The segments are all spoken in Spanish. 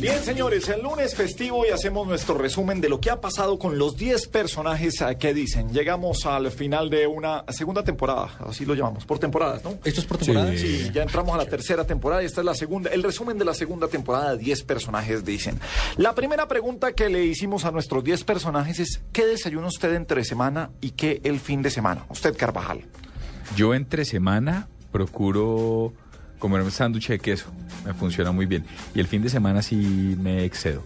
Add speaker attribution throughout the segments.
Speaker 1: Bien, señores, el lunes festivo y hacemos nuestro resumen de lo que ha pasado con los 10 personajes a que dicen. Llegamos al final de una segunda temporada, así lo llamamos, por temporadas, ¿no?
Speaker 2: ¿Esto es por temporada?
Speaker 1: Sí, ya entramos a la tercera temporada y esta es la segunda. El resumen de la segunda temporada de 10 personajes dicen. La primera pregunta que le hicimos a nuestros 10 personajes es: ¿qué desayuna usted entre semana y qué el fin de semana? Usted, Carvajal.
Speaker 3: Yo entre semana procuro comer un sándwich de queso. Me funciona muy bien. Y el fin de semana sí me excedo.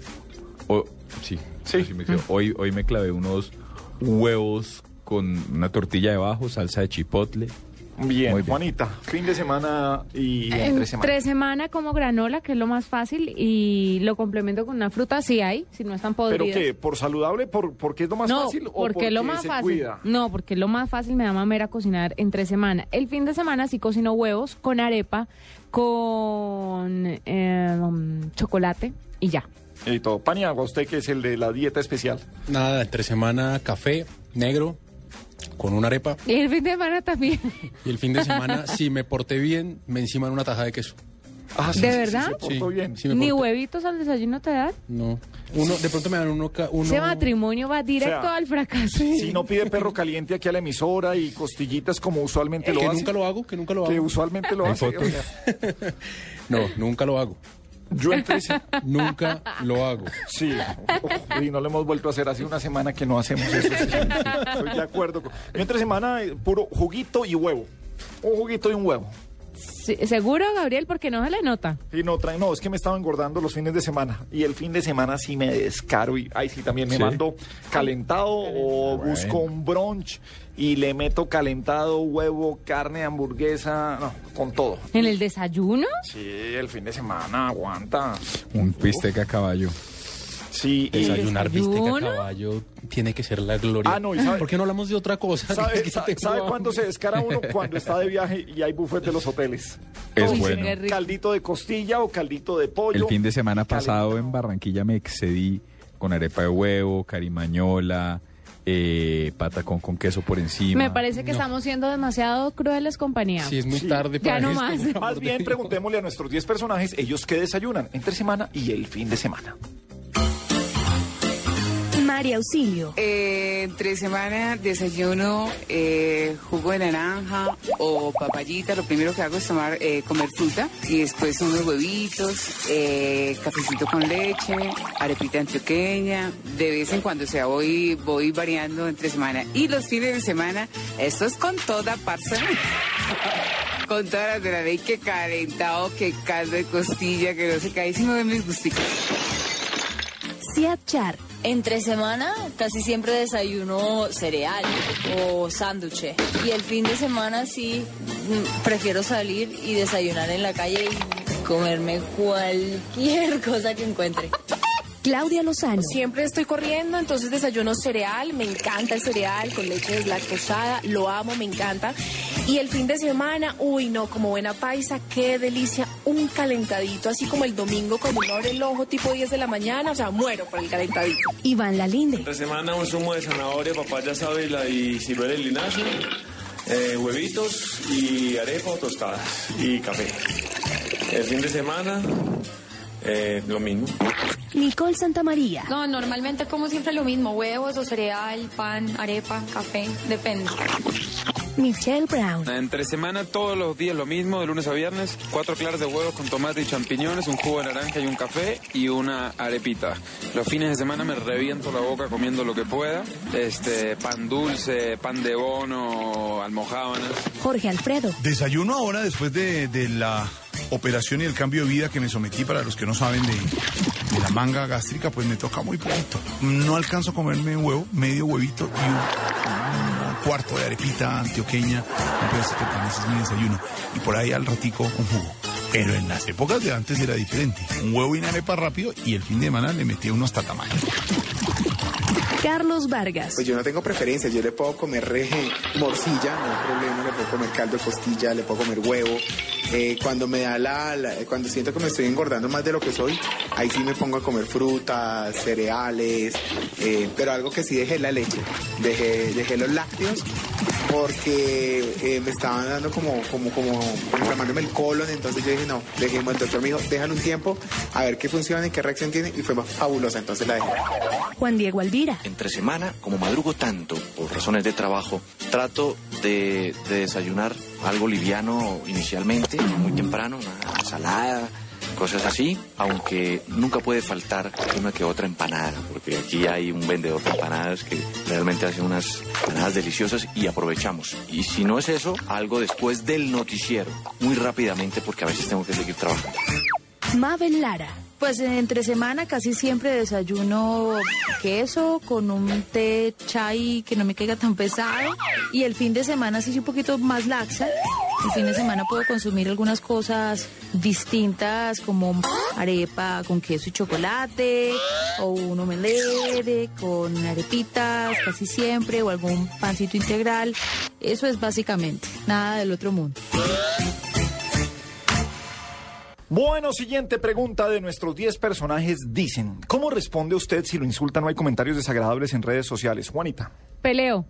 Speaker 3: O, sí,
Speaker 1: Sí.
Speaker 3: me excedo. Hoy, hoy me clavé unos huevos con una tortilla debajo, salsa de chipotle.
Speaker 1: Bien,
Speaker 3: Muy bien.
Speaker 1: Juanita, fin de semana y entre
Speaker 4: Entre
Speaker 1: semana.
Speaker 4: semana. como granola, que es lo más fácil, y lo complemento con una fruta si hay, si no están
Speaker 1: ¿Pero
Speaker 4: podridas.
Speaker 1: qué? ¿Por saludable? ¿Por, ¿Porque es lo más
Speaker 4: no,
Speaker 1: fácil? ¿O
Speaker 4: porque, es lo más
Speaker 1: se
Speaker 4: fácil.
Speaker 1: cuida?
Speaker 4: No, porque es lo más fácil me da mamera cocinar entre semana. El fin de semana sí cocino huevos con arepa, con eh, um, chocolate y ya.
Speaker 1: Y todo. Pan y agua, usted que es el de la dieta especial.
Speaker 2: Nada, entre semana café negro con una arepa.
Speaker 4: Y el fin de semana también.
Speaker 2: Y el fin de semana, si me porté bien, me enciman una tajada de queso.
Speaker 1: Ah,
Speaker 4: ¿De verdad?
Speaker 1: se portó
Speaker 2: Sí,
Speaker 1: bien.
Speaker 2: sí me
Speaker 4: Ni
Speaker 2: porté.
Speaker 4: huevitos al desayuno te dan.
Speaker 2: No. Uno, de pronto me dan uno... ca- uno
Speaker 4: Ese matrimonio va directo
Speaker 1: sea,
Speaker 4: al fracaso.
Speaker 1: Si no pide perro caliente aquí a la emisora y costillitas como usualmente
Speaker 2: Eh, que
Speaker 1: lo hace.
Speaker 2: nunca lo hago, que nunca lo
Speaker 1: Que
Speaker 2: hago.
Speaker 1: usualmente lo
Speaker 3: Hay
Speaker 1: hace.
Speaker 3: fotos.
Speaker 1: o sea,
Speaker 2: No, nunca lo hago.
Speaker 1: yo entre se-
Speaker 2: Nunca lo hago.
Speaker 1: Sí, Uf, y no lo hemos vuelto a hacer. Hace una semana que no hacemos eso. sí, sí, sí, Estoy de acuerdo. con- Yo entre semana, eh, puro juguito y huevo. Un juguito y un huevo.
Speaker 4: Sí, Seguro, Gabriel, porque no se le nota.
Speaker 1: Y no, trae, no, es que me estaba engordando los fines de semana. Y el fin de semana sí me descaro. Y ahí sí también me
Speaker 3: Sí.
Speaker 1: mando calentado o busco un brunch y le meto calentado, huevo, carne, hamburguesa, no, con todo.
Speaker 4: ¿En el desayuno?
Speaker 1: Sí, el fin de semana aguanta.
Speaker 3: Un bistec a caballo.
Speaker 1: Sí, y-
Speaker 2: Desayunar
Speaker 4: ¿Desayuno?
Speaker 2: bistec a caballo tiene que ser la gloria.
Speaker 1: Ah, no, ¿y sabe-
Speaker 2: ¿Por qué no hablamos de otra cosa?
Speaker 1: ¿Sabe,
Speaker 2: Que
Speaker 1: sa-
Speaker 2: tengo
Speaker 1: sabe
Speaker 2: hambre.
Speaker 1: cuándo se descara uno? Cuando está de viaje y hay buffet de los hoteles.
Speaker 3: Es
Speaker 4: Uy, sí,
Speaker 3: bueno.
Speaker 4: qué rico.
Speaker 1: Caldito de costilla o caldito de pollo.
Speaker 3: El fin de semana pasado
Speaker 1: Calentado.
Speaker 3: en Barranquilla me excedí con arepa de huevo, carimañola, eh, patacón con queso por encima.
Speaker 4: Me parece que estamos siendo demasiado crueles, compañía.
Speaker 2: Sí, es muy
Speaker 1: Sí.
Speaker 2: tarde
Speaker 4: Ya
Speaker 2: para
Speaker 4: no
Speaker 2: esto,
Speaker 4: más.
Speaker 2: por favor,
Speaker 1: Más bien
Speaker 2: Dios.
Speaker 1: preguntémosle a nuestros 10 personajes ellos qué desayunan entre semana y el fin de semana.
Speaker 5: María Auxilio,
Speaker 6: Eh, entre semana desayuno eh, jugo de naranja o papayita. Lo primero que hago es tomar, eh, comer fruta y después unos huevitos, eh, cafecito con leche, arepita antioqueña. De vez en cuando, o sea, voy, voy variando entre semana. Y los fines de semana, esto es con toda parce. Con todas las de la ley, que calentado, que caldo de costilla, que no sé qué, ahí sí me ven mis gusticos.
Speaker 5: Siad Char,
Speaker 7: Entre semana casi siempre desayuno cereal o sándwiches. Y el fin de semana sí mm, prefiero salir y desayunar en la calle y comerme cualquier cosa que encuentre.
Speaker 5: Claudia Lozano,
Speaker 7: Siempre estoy corriendo, entonces desayuno cereal, me encanta el cereal con leche deslactosada, lo amo, me encanta. Y el fin de semana, uy no, como buena paisa, qué delicia, un calentadito, así como el domingo cuando uno abre el ojo tipo 10 de la mañana, o sea, muero por el calentadito.
Speaker 5: Iván Lalinde,
Speaker 8: Esta semana un zumo de zanahoria, papaya sábila y ciruela y linaza, eh, huevitos y arepa o tostadas y café. El fin de semana, eh, lo mismo.
Speaker 5: Nicole Santamaría,
Speaker 7: No, normalmente como siempre lo mismo, huevos o cereal, pan, arepa, café, depende.
Speaker 5: Michelle Brown,
Speaker 8: Entre semana todos los días lo mismo, de lunes a viernes, cuatro claras de huevos con tomate y champiñones, un jugo de naranja y un café y una arepita. Los fines de semana me reviento la boca comiendo lo que pueda, este pan dulce, pan de bono, almojábanas.
Speaker 5: Jorge Alfredo,
Speaker 9: Desayuno ahora después de, de la operación y el cambio de vida que me sometí para los que no saben de, de la manga gástrica, pues me toca muy poquito. No alcanzo a comerme huevo, medio huevito y un, un cuarto de arepita antioqueña. Un pedacito de pan, ese es mi desayuno. Y por ahí al ratico un jugo. Pero en las épocas de antes era diferente. Un huevo y una arepa rápido y el fin de semana le metía uno hasta tamaño.
Speaker 5: Carlos Vargas.
Speaker 10: Pues yo no tengo preferencia, yo le puedo comer reje, morcilla, no hay problema, le puedo comer caldo de costilla, le puedo comer huevo. Eh, cuando me da la, la- cuando siento que me estoy engordando más de lo que soy, ahí sí me pongo a comer frutas, cereales, eh, pero algo que sí dejé es la leche, dejé, dejé los lácteos porque eh, me estaban dando como, como, como inflamándome el colon, entonces yo dije no, dejemos, el doctor me dijo, déjalo un tiempo, a ver qué funciona y qué reacción tiene, y fue más fabulosa, entonces la dejé.
Speaker 5: Juan Diego Alvira.
Speaker 11: Entre semana, como madrugo tanto por razones de trabajo, trato de, de desayunar algo liviano inicialmente, muy temprano, una ensalada, cosas así, aunque nunca puede faltar una que otra empanada, porque aquí hay un vendedor de empanadas que realmente hace unas empanadas deliciosas y aprovechamos. Y si no es eso, algo después del noticiero, muy rápidamente, porque a veces tengo que seguir trabajando.
Speaker 12: Mabel Lara. Pues entre semana casi siempre desayuno queso con un té chai que no me caiga tan pesado. Y el fin de semana sí soy un poquito más laxa. El fin de semana puedo consumir algunas cosas distintas como arepa con queso y chocolate o un omelette con arepitas casi siempre o algún pancito integral. Eso es básicamente, nada del otro mundo.
Speaker 1: Bueno, siguiente pregunta de nuestros 10 personajes dicen, ¿cómo responde usted si lo insultan o hay comentarios desagradables en redes sociales? Juanita.
Speaker 4: Peleo.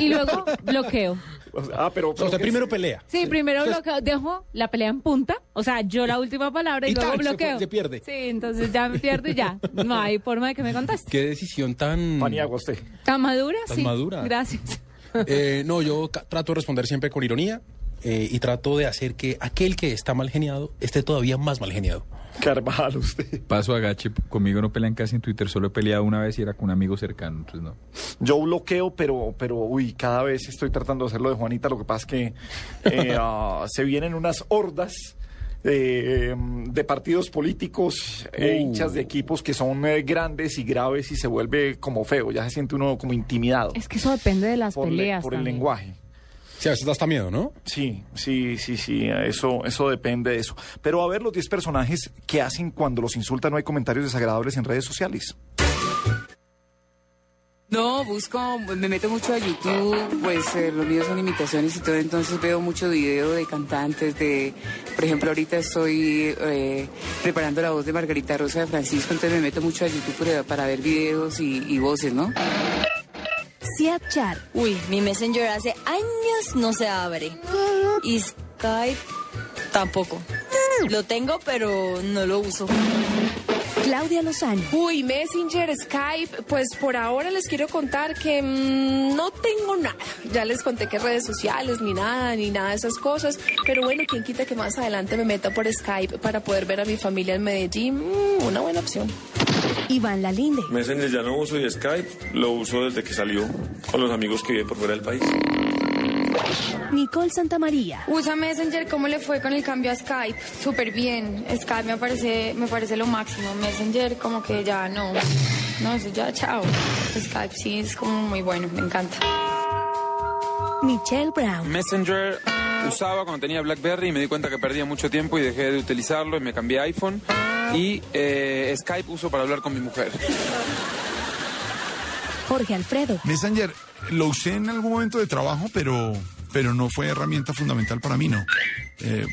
Speaker 4: Y luego bloqueo.
Speaker 1: O sea, Ah, pero...
Speaker 2: usted primero pelea.
Speaker 4: Sí, primero
Speaker 2: Entonces-
Speaker 4: bloqueo. Dejo la pelea en punta. O sea, yo la última palabra y,
Speaker 2: Y
Speaker 4: luego
Speaker 2: tal, se fue-
Speaker 4: bloqueo.
Speaker 2: se pierde.
Speaker 4: Sí, entonces ya me pierdo y ya. No hay forma de que me conteste.
Speaker 2: Qué decisión tan...
Speaker 1: Paniagua usted.
Speaker 4: ¿Tan madura?
Speaker 2: Tan
Speaker 4: sí.
Speaker 2: madura.
Speaker 4: Gracias.
Speaker 2: Eh, no, yo ca- trato de responder siempre con ironía eh, y trato de hacer que aquel que está mal geniado esté todavía más mal geniado.
Speaker 1: Carvajal, usted.
Speaker 3: Paso a Gache, conmigo no pelean casi en Twitter, solo he peleado una vez y era con un amigo cercano, entonces no.
Speaker 1: Yo bloqueo, pero, pero, uy, cada vez estoy tratando de hacerlo de Juanita. Lo que pasa es que eh, ah, se vienen unas hordas eh, de partidos políticos e
Speaker 13: Uh.
Speaker 1: hinchas de equipos que son eh, grandes y graves y se vuelve como feo. Ya se siente uno como intimidado
Speaker 4: Es que eso depende de las
Speaker 1: por, le-
Speaker 4: peleas.
Speaker 1: por el
Speaker 4: también.
Speaker 1: lenguaje.
Speaker 2: Sí, a veces da hasta miedo, ¿no?
Speaker 1: Sí, sí, sí, sí, eso, eso depende de eso. Pero a ver los 10 personajes que hacen cuando los insultan no hay comentarios desagradables en redes sociales.
Speaker 6: No, busco, me meto mucho a YouTube, pues eh, los videos son imitaciones y todo, entonces veo mucho video de cantantes, de, por ejemplo, ahorita estoy eh, preparando la voz de Margarita Rosa de Francisco, entonces me meto mucho a YouTube para, para ver videos y, y voces, ¿no?
Speaker 5: Siad Char.
Speaker 14: Uy, mi Messenger hace años no se abre. Y Skype tampoco. Lo tengo, pero no lo uso.
Speaker 5: Claudia Lozano.
Speaker 7: Uy, Messenger, Skype, pues por ahora les quiero contar que mm, no tengo nada. Ya les conté que redes sociales, ni nada, ni nada de esas cosas. Pero bueno, quién quita que más adelante me meta por Skype para poder ver a mi familia en Medellín. Mm, una buena opción.
Speaker 5: Iván Lalinde.
Speaker 15: Messenger ya no uso y Skype lo uso desde que salió con los amigos que viven por fuera del país.
Speaker 5: Nicole Santamaría.
Speaker 16: Usa Messenger, ¿cómo le fue con el cambio a Skype? Súper bien. Skype me parece, me parece lo máximo. Messenger como que ya no. No, eso ya chao. Skype sí es como muy bueno, me encanta.
Speaker 5: Michelle Brown.
Speaker 8: Messenger usaba cuando tenía BlackBerry y me di cuenta que perdía mucho tiempo y dejé de utilizarlo y me cambié a iPhone. Y eh, Skype uso para hablar con mi mujer.
Speaker 5: Jorge Alfredo.
Speaker 9: Messenger, lo usé en algún momento de trabajo, pero, pero no fue herramienta fundamental para mí, no. Eh,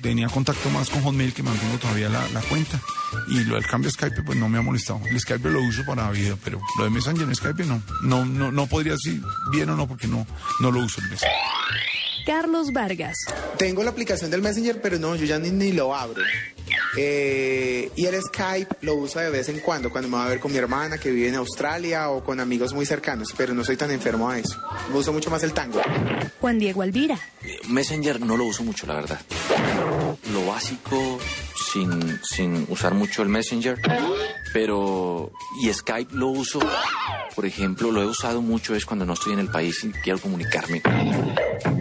Speaker 9: tenía contacto más con Hotmail que mantengo todavía la, la cuenta. Y lo del cambio a Skype, pues no me ha molestado. El Skype lo uso para video, pero lo de Messenger en Skype no. No, no, no podría decir bien o no, porque no, no lo uso el Messenger.
Speaker 5: Carlos Vargas.
Speaker 10: Tengo la aplicación del Messenger, pero no, yo ya ni, ni lo abro. Eh, y el Skype lo uso de vez en cuando, cuando me va a ver con mi hermana que vive en Australia o con amigos muy cercanos, pero no soy tan enfermo a eso. Uso mucho más el tango.
Speaker 5: Juan Diego Alvira.
Speaker 11: Messenger no lo uso mucho, la verdad. Lo básico, sin, sin usar mucho el Messenger, pero... Y Skype lo uso, por ejemplo, lo he usado mucho es cuando no estoy en el país y quiero comunicarme.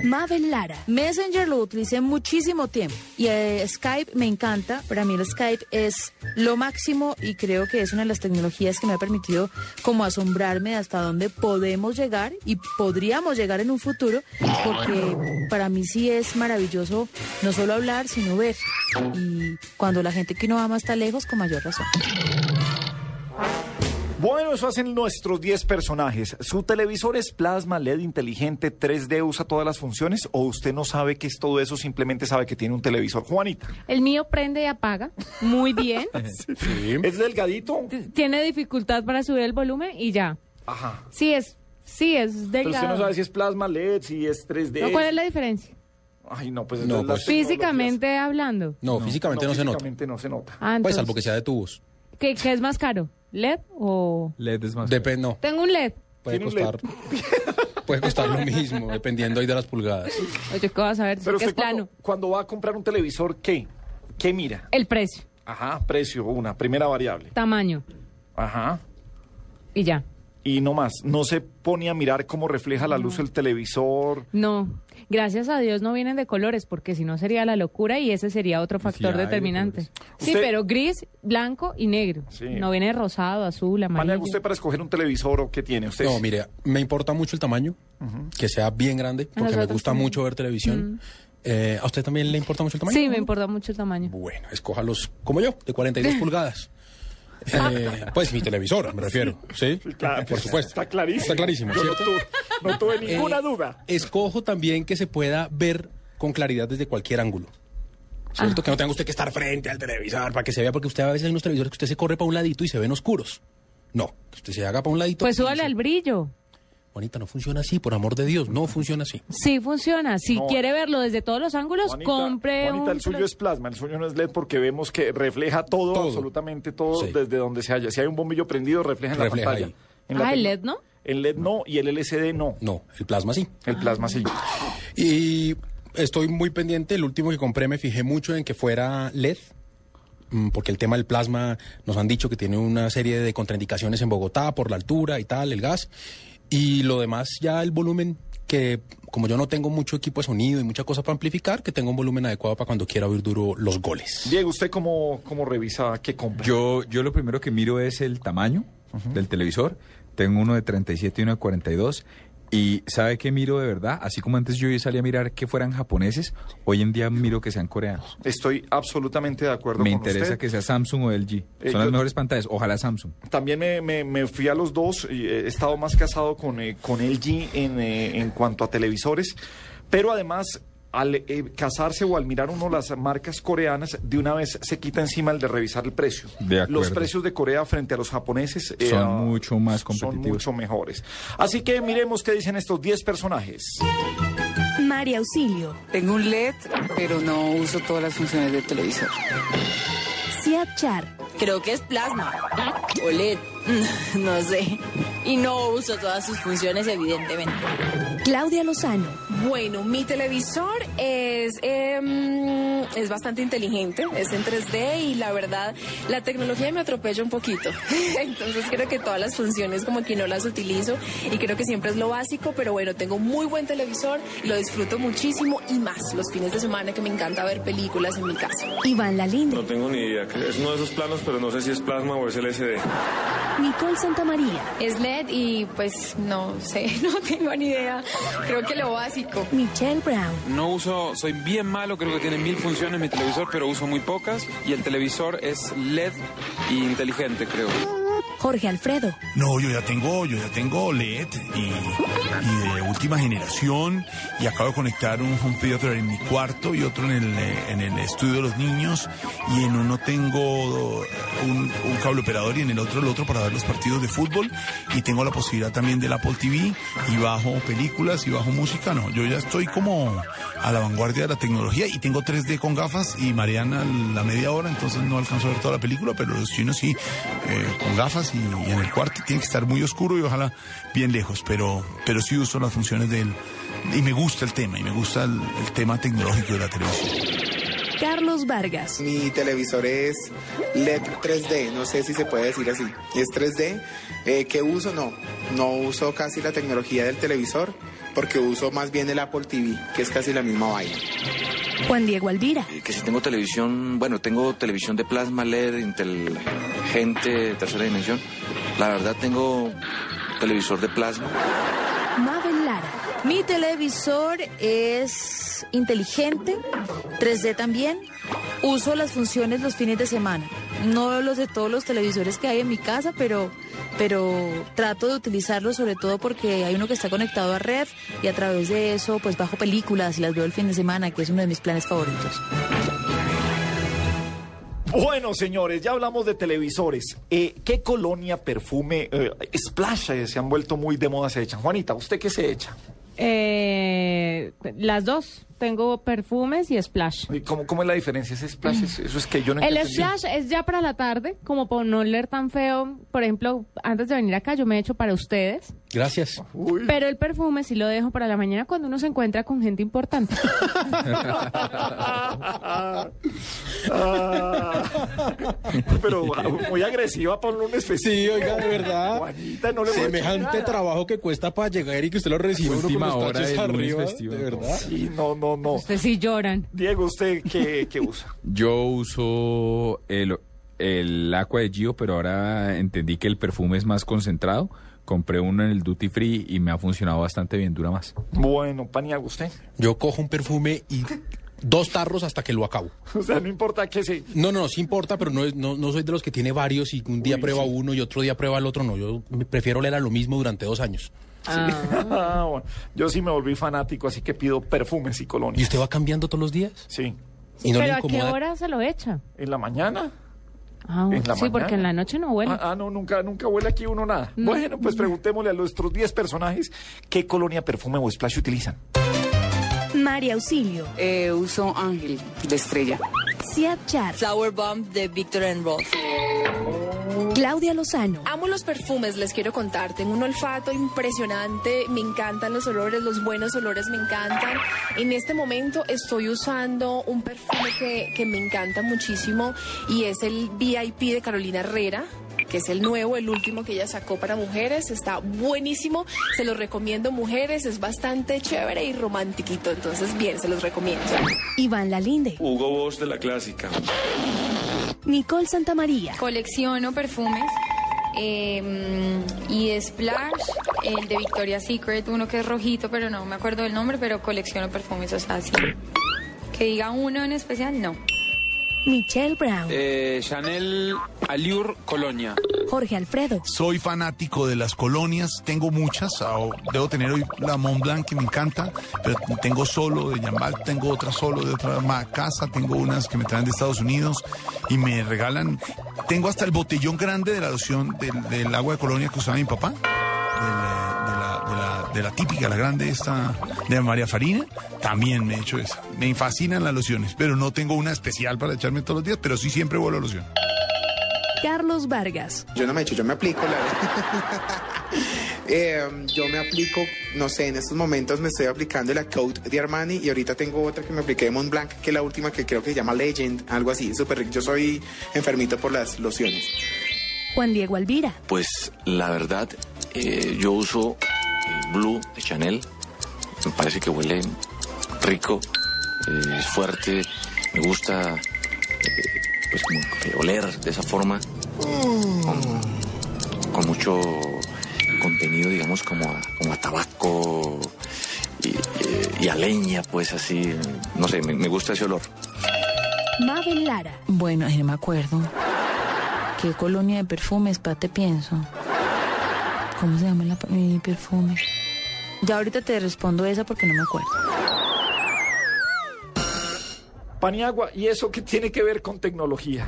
Speaker 5: Mabel Lara.
Speaker 12: Messenger lo utilicé muchísimo tiempo y eh, Skype me encanta. Para mí el Skype es lo máximo y creo que es una de las tecnologías que me ha permitido como asombrarme de hasta dónde podemos llegar y podríamos llegar en un futuro porque para mí sí es maravilloso no solo hablar sino ver y cuando la gente que uno ama está lejos con mayor razón.
Speaker 1: Bueno, eso hacen nuestros 10 personajes. ¿Su televisor es plasma, LED inteligente, 3D, usa todas las funciones? ¿O usted no sabe qué es todo eso, simplemente sabe que tiene un televisor? Juanita.
Speaker 4: El mío prende y apaga muy bien.
Speaker 1: ¿Es delgadito?
Speaker 4: Tiene dificultad para subir el volumen y ya.
Speaker 1: Ajá.
Speaker 4: Sí es, sí es
Speaker 1: Pero usted no
Speaker 4: delgado.
Speaker 1: sabe si es plasma, LED, si es 3D.
Speaker 4: No, ¿Cuál es la diferencia?
Speaker 1: Ay, no, pues
Speaker 2: No,
Speaker 1: entonces las
Speaker 2: pues-
Speaker 1: tecnologías-
Speaker 4: Físicamente hablando.
Speaker 2: No, físicamente no, se nota.
Speaker 1: Físicamente no se nota.
Speaker 4: Ah,
Speaker 2: Pues
Speaker 4: entonces-
Speaker 2: salvo que sea de tubos.
Speaker 4: ¿Qué, qué es más caro? ¿LED o...?
Speaker 2: LED es más. Depende, no.
Speaker 4: Tengo un LED.
Speaker 2: Puede costar, puede costar lo mismo, dependiendo ahí de las pulgadas.
Speaker 4: Oye, ¿qué vas a ver?
Speaker 1: Pero
Speaker 4: ¿Qué es
Speaker 1: usted
Speaker 4: plano?
Speaker 1: cuando, cuando va a comprar un televisor, ¿qué? ¿Qué mira?
Speaker 4: El precio,
Speaker 1: Ajá, precio, una, primera variable.
Speaker 4: tamaño
Speaker 1: Ajá.
Speaker 4: y ya.
Speaker 1: Y no más, no se pone a mirar cómo refleja la luz el televisor.
Speaker 4: No, gracias a Dios no vienen de colores, porque si no sería la locura y ese sería otro factor
Speaker 1: hay de
Speaker 4: determinante.
Speaker 2: pues,
Speaker 4: sí,
Speaker 1: Usted-
Speaker 4: pero gris, blanco y negro. No viene rosado, azul, amarillo.
Speaker 1: Vale, ¿usted para escoger un televisor o qué tiene usted?
Speaker 2: No, mire, me importa mucho el tamaño, que sea bien grande, porque me
Speaker 4: nosotros
Speaker 2: gusta
Speaker 4: también. Mm.
Speaker 2: mucho ver televisión. Eh, ¿A usted también le importa mucho el tamaño?
Speaker 4: Sí, me importa mucho el tamaño.
Speaker 2: Bueno, escoja los, como yo, de 42 pulgadas. Eh, pues mi televisor, me refiero. Sí, por supuesto. Está
Speaker 1: clarísimo.
Speaker 2: Está clarísimo, ¿cierto?
Speaker 1: No tuve ninguna
Speaker 2: Eh,
Speaker 1: duda.
Speaker 2: Escojo también que se pueda ver con claridad desde cualquier ángulo.
Speaker 4: Ah.
Speaker 2: ¿Cierto? Que no tenga usted que estar frente al televisor para que se vea, porque usted a veces hay unos televisores que usted se corre para un ladito y se ven oscuros. No, que usted se haga para un ladito.
Speaker 4: Pues súbale al brillo.
Speaker 2: Juanita, no funciona así, por amor de Dios, no funciona así.
Speaker 4: Sí funciona. Si
Speaker 1: No. eh.
Speaker 4: quiere verlo desde todos los ángulos,
Speaker 1: Juanita,
Speaker 4: compre
Speaker 1: Juanita,
Speaker 4: un...
Speaker 1: el suyo es plasma, el suyo no es LED porque vemos que refleja todo, absolutamente todo, desde donde se halla. Si hay un bombillo prendido, refleja en
Speaker 2: Refleja
Speaker 1: la pantalla.
Speaker 2: ahí.
Speaker 1: En la
Speaker 4: Ah, el
Speaker 1: tecno-
Speaker 4: LED, ¿no?
Speaker 1: El LED no y E el LCD no.
Speaker 2: No, el plasma sí.
Speaker 1: El plasma sí.
Speaker 2: Y estoy muy pendiente, el último que compré me fijé mucho en que fuera LED, mm, porque el tema del plasma nos han dicho que tiene una serie de contraindicaciones en Bogotá por la altura y tal, el gas. Y lo demás ya el volumen, que como yo no tengo mucho equipo de sonido y mucha cosa para amplificar, que tenga un volumen adecuado para cuando quiera oír duro los goles.
Speaker 1: Diego, ¿usted cómo, cómo revisa qué compra?
Speaker 3: Yo, yo lo primero que miro es el tamaño del televisor. Tengo uno de 37 y uno de 42. Y ¿sabe qué miro de verdad? Así como antes yo salía a mirar que fueran japoneses, hoy en día miro que sean coreanos.
Speaker 1: Estoy absolutamente de acuerdo
Speaker 3: Me
Speaker 1: con
Speaker 3: interesa
Speaker 1: usted.
Speaker 3: que sea Samsung o LG.
Speaker 1: Eh,
Speaker 3: Son las
Speaker 1: yo-
Speaker 3: mejores pantallas. Ojalá Samsung.
Speaker 1: También me, me- me fui a los dos y eh, he estado más casado con, eh, con LG en, eh, en cuanto a televisores, pero además al eh, casarse o al mirar uno las marcas coreanas, de una vez se quita encima el de revisar el precio.
Speaker 3: De acuerdo.
Speaker 1: Los precios de Corea frente a los japoneses eh,
Speaker 3: Son
Speaker 1: ah,
Speaker 3: mucho más
Speaker 1: son
Speaker 3: competitivos.
Speaker 1: mucho mejores. Así que miremos qué dicen estos 10 personajes.
Speaker 6: María Auxilio. Tengo un LED, pero no uso todas las funciones del televisor.
Speaker 5: Sia Char.
Speaker 14: Creo que es plasma. O LED. No sé. Y no uso todas sus funciones, evidentemente.
Speaker 5: Claudia Lozano.
Speaker 7: Bueno, mi televisor es, em, es bastante inteligente, es en 3D y la verdad la tecnología me atropella un poquito. Entonces creo que todas las funciones como que no las utilizo y creo que siempre es lo básico, pero bueno, tengo muy buen televisor, lo disfruto muchísimo y más los fines de semana que me encanta ver películas en mi casa.
Speaker 5: Iván Lalinde.
Speaker 15: No tengo ni idea. Es uno de esos planos, pero no sé si es plasma o es LCD.
Speaker 5: Nicole Santamaría.
Speaker 16: Es LED y pues no sé, no tengo ni idea. Creo que lo básico.
Speaker 5: Michelle Brown.
Speaker 8: No uso, soy bien malo, creo que tiene mil funciones mi televisor, pero uso muy pocas. Y el televisor es LED e inteligente, creo.
Speaker 5: Jorge Alfredo.
Speaker 9: No, yo ya tengo, yo ya tengo LED y, y de última generación y acabo de conectar un home theater en mi cuarto y otro en el, eh, en el estudio de los niños y en uno tengo un, un cable operador y en el otro el otro para ver los partidos de fútbol y tengo la posibilidad también del Apple TV y bajo películas y bajo música, no, yo ya estoy como a la vanguardia de la tecnología y tengo 3D con gafas y Mariana la media hora, entonces no alcanzo a ver toda la película, pero los chinos sí, eh, con gafas y, y en el cuarto tiene que estar muy oscuro y ojalá bien lejos, pero, pero sí uso las funciones del... Y me gusta el tema, y me gusta el, el tema tecnológico de la televisión.
Speaker 5: Carlos Vargas.
Speaker 10: Mi televisor es E LED 3D, no sé si se puede decir así. Es 3D. Eh, ¿Qué uso? No, no uso casi la tecnología del televisor. porque uso más bien el Apple TV, que es casi la misma vaina.
Speaker 5: Juan Diego Alvira,
Speaker 11: Eh, Que si tengo televisión, bueno, tengo televisión de plasma LED, inteligente, tercera dimensión. La verdad tengo televisor de plasma.
Speaker 12: Mabel Lara. Mi televisor es inteligente, 3D también. Uso las funciones los fines de semana. No los de todos los televisores que hay en mi casa, pero, pero trato de utilizarlos sobre todo porque hay uno que está conectado a red y a través de eso pues bajo películas y las veo el fin de semana, que es uno de mis planes favoritos.
Speaker 1: Bueno, señores, ya hablamos de televisores. Eh, ¿Qué colonia, perfume, eh, splash eh, se han vuelto muy de moda se echan? Juanita, ¿usted qué se echa?
Speaker 4: Eh, las dos. Tengo perfumes y splash.
Speaker 1: ¿Y ¿Cómo, cómo es la diferencia? ¿Ese splash? es- eso es que yo no
Speaker 4: El
Speaker 1: entendí.
Speaker 4: splash es ya para la tarde, como para no leer tan feo. Por ejemplo, antes de venir acá yo me he hecho para ustedes,
Speaker 2: Gracias.
Speaker 4: pero el perfume sí lo dejo para la mañana cuando uno se encuentra con gente importante.
Speaker 1: Ah, pero ah, muy agresiva para un lunes festivo.
Speaker 2: Sí, oiga, de verdad.
Speaker 1: Juanita, no le voy a echar
Speaker 2: Semejante
Speaker 1: nada.
Speaker 2: trabajo que cuesta para llegar y que usted lo recibe uno con
Speaker 3: Última
Speaker 2: los
Speaker 3: hora
Speaker 2: tachos
Speaker 3: del lunes
Speaker 2: arriba,
Speaker 3: festivo.
Speaker 2: de verdad.
Speaker 1: Sí, no, no, no.
Speaker 4: Ustedes sí lloran.
Speaker 1: Diego, ¿usted qué, qué usa?
Speaker 3: Yo uso el, el Aqua de Gio, pero ahora entendí que el perfume es más concentrado. Compré uno en el Duty Free y me ha funcionado bastante bien, dura más.
Speaker 1: Bueno, Paniagua, ¿usted?
Speaker 2: Yo cojo un perfume y dos tarros hasta que lo acabo.
Speaker 1: O sea, no importa qué se...
Speaker 2: No, no, sí importa, pero no, es- no, no soy de los que tiene varios y un día prueba uno y otro día prueba el otro. No, yo me- prefiero leer a lo mismo durante dos años.
Speaker 1: Ah, bueno. Yo sí me volví fanático, así que pido perfumes y colonias.
Speaker 2: ¿Y usted va cambiando todos los días?
Speaker 1: Sí.
Speaker 2: ¿Y no
Speaker 4: pero
Speaker 2: le
Speaker 4: ¿a qué
Speaker 2: incomoda?
Speaker 4: hora se lo echa?
Speaker 1: ¿En la mañana?
Speaker 4: Ah,
Speaker 1: ¿En la
Speaker 4: sí, porque
Speaker 1: mañana?
Speaker 4: en la noche no huele.
Speaker 1: Ah, ah, no, nunca, nunca huele aquí uno nada.
Speaker 4: Mm.
Speaker 1: Bueno, pues preguntémosle a nuestros 10 personajes qué colonia, perfume o splash utilizan.
Speaker 6: María Auxilio. Eh, uso Ángel de Estrella.
Speaker 5: Sia Char,
Speaker 14: Flower Bomb de Victor and Rolf.
Speaker 5: Claudia Lozano,
Speaker 7: Amo los perfumes, les quiero contar. Tengo un olfato impresionante, me encantan los olores, los buenos olores me encantan. En este momento estoy usando un perfume que, que me encanta muchísimo y es el VIP de Carolina Herrera que es el nuevo, el último que ella sacó para mujeres, está buenísimo, se los recomiendo mujeres, es bastante chévere y romantiquito, entonces bien, se los recomiendo.
Speaker 5: Iván Lalinde,
Speaker 15: Hugo Boss de la clásica.
Speaker 5: Nicole Santamaría,
Speaker 16: Colecciono perfumes. eh, y Splash, el de Victoria's Secret, uno que es rojito, pero no me acuerdo del nombre, pero colecciono perfumes, o sea, sí. Que diga uno en especial, no.
Speaker 5: Michelle Brown,
Speaker 8: Eh, Chanel Allure Colonia.
Speaker 5: Jorge Alfredo,
Speaker 9: Soy fanático de las colonias, tengo muchas. ah, Debo tener hoy la Mont Blanc que me encanta, pero tengo solo de Yambal, tengo otra solo de otra ma- casa, tengo unas que me traen de Estados Unidos y me regalan. Tengo hasta el botellón grande de la loción del, del agua de colonia que usaba mi papá, del, eh, de la, de la- de la típica, la grande esta de María Farina. También me he hecho esa. Me fascinan las lociones, pero no tengo una especial para echarme todos los días, pero sí siempre vuelo a loción.
Speaker 5: Carlos Vargas,
Speaker 10: Yo no me echo, yo me aplico, la verdad. Eh, yo me aplico, no sé, en estos momentos me estoy aplicando la Coat de Armani y ahorita tengo otra que me apliqué de Mont Blanc, que es la última que creo que se llama Legend, algo así, súper rico. Yo soy enfermito por las lociones.
Speaker 5: Juan Diego Alvira,
Speaker 11: Pues la verdad, eh, yo uso el Blue de Chanel. Me parece que huele rico, eh, es fuerte, me gusta eh, pues, como que oler de esa forma,
Speaker 3: Mm.
Speaker 11: con mucho contenido, digamos, como a, como a tabaco y, eh, y a leña, pues así. No sé, me- me gusta ese olor.
Speaker 12: Mabel Lara. Bueno, ay, no me acuerdo. ¿Qué colonia de perfumes, pa, te pienso? ¿Cómo se llama la- mi perfume? Ya ahorita te respondo esa porque no me acuerdo.
Speaker 1: Paniagua, ¿y eso qué tiene que ver con tecnología?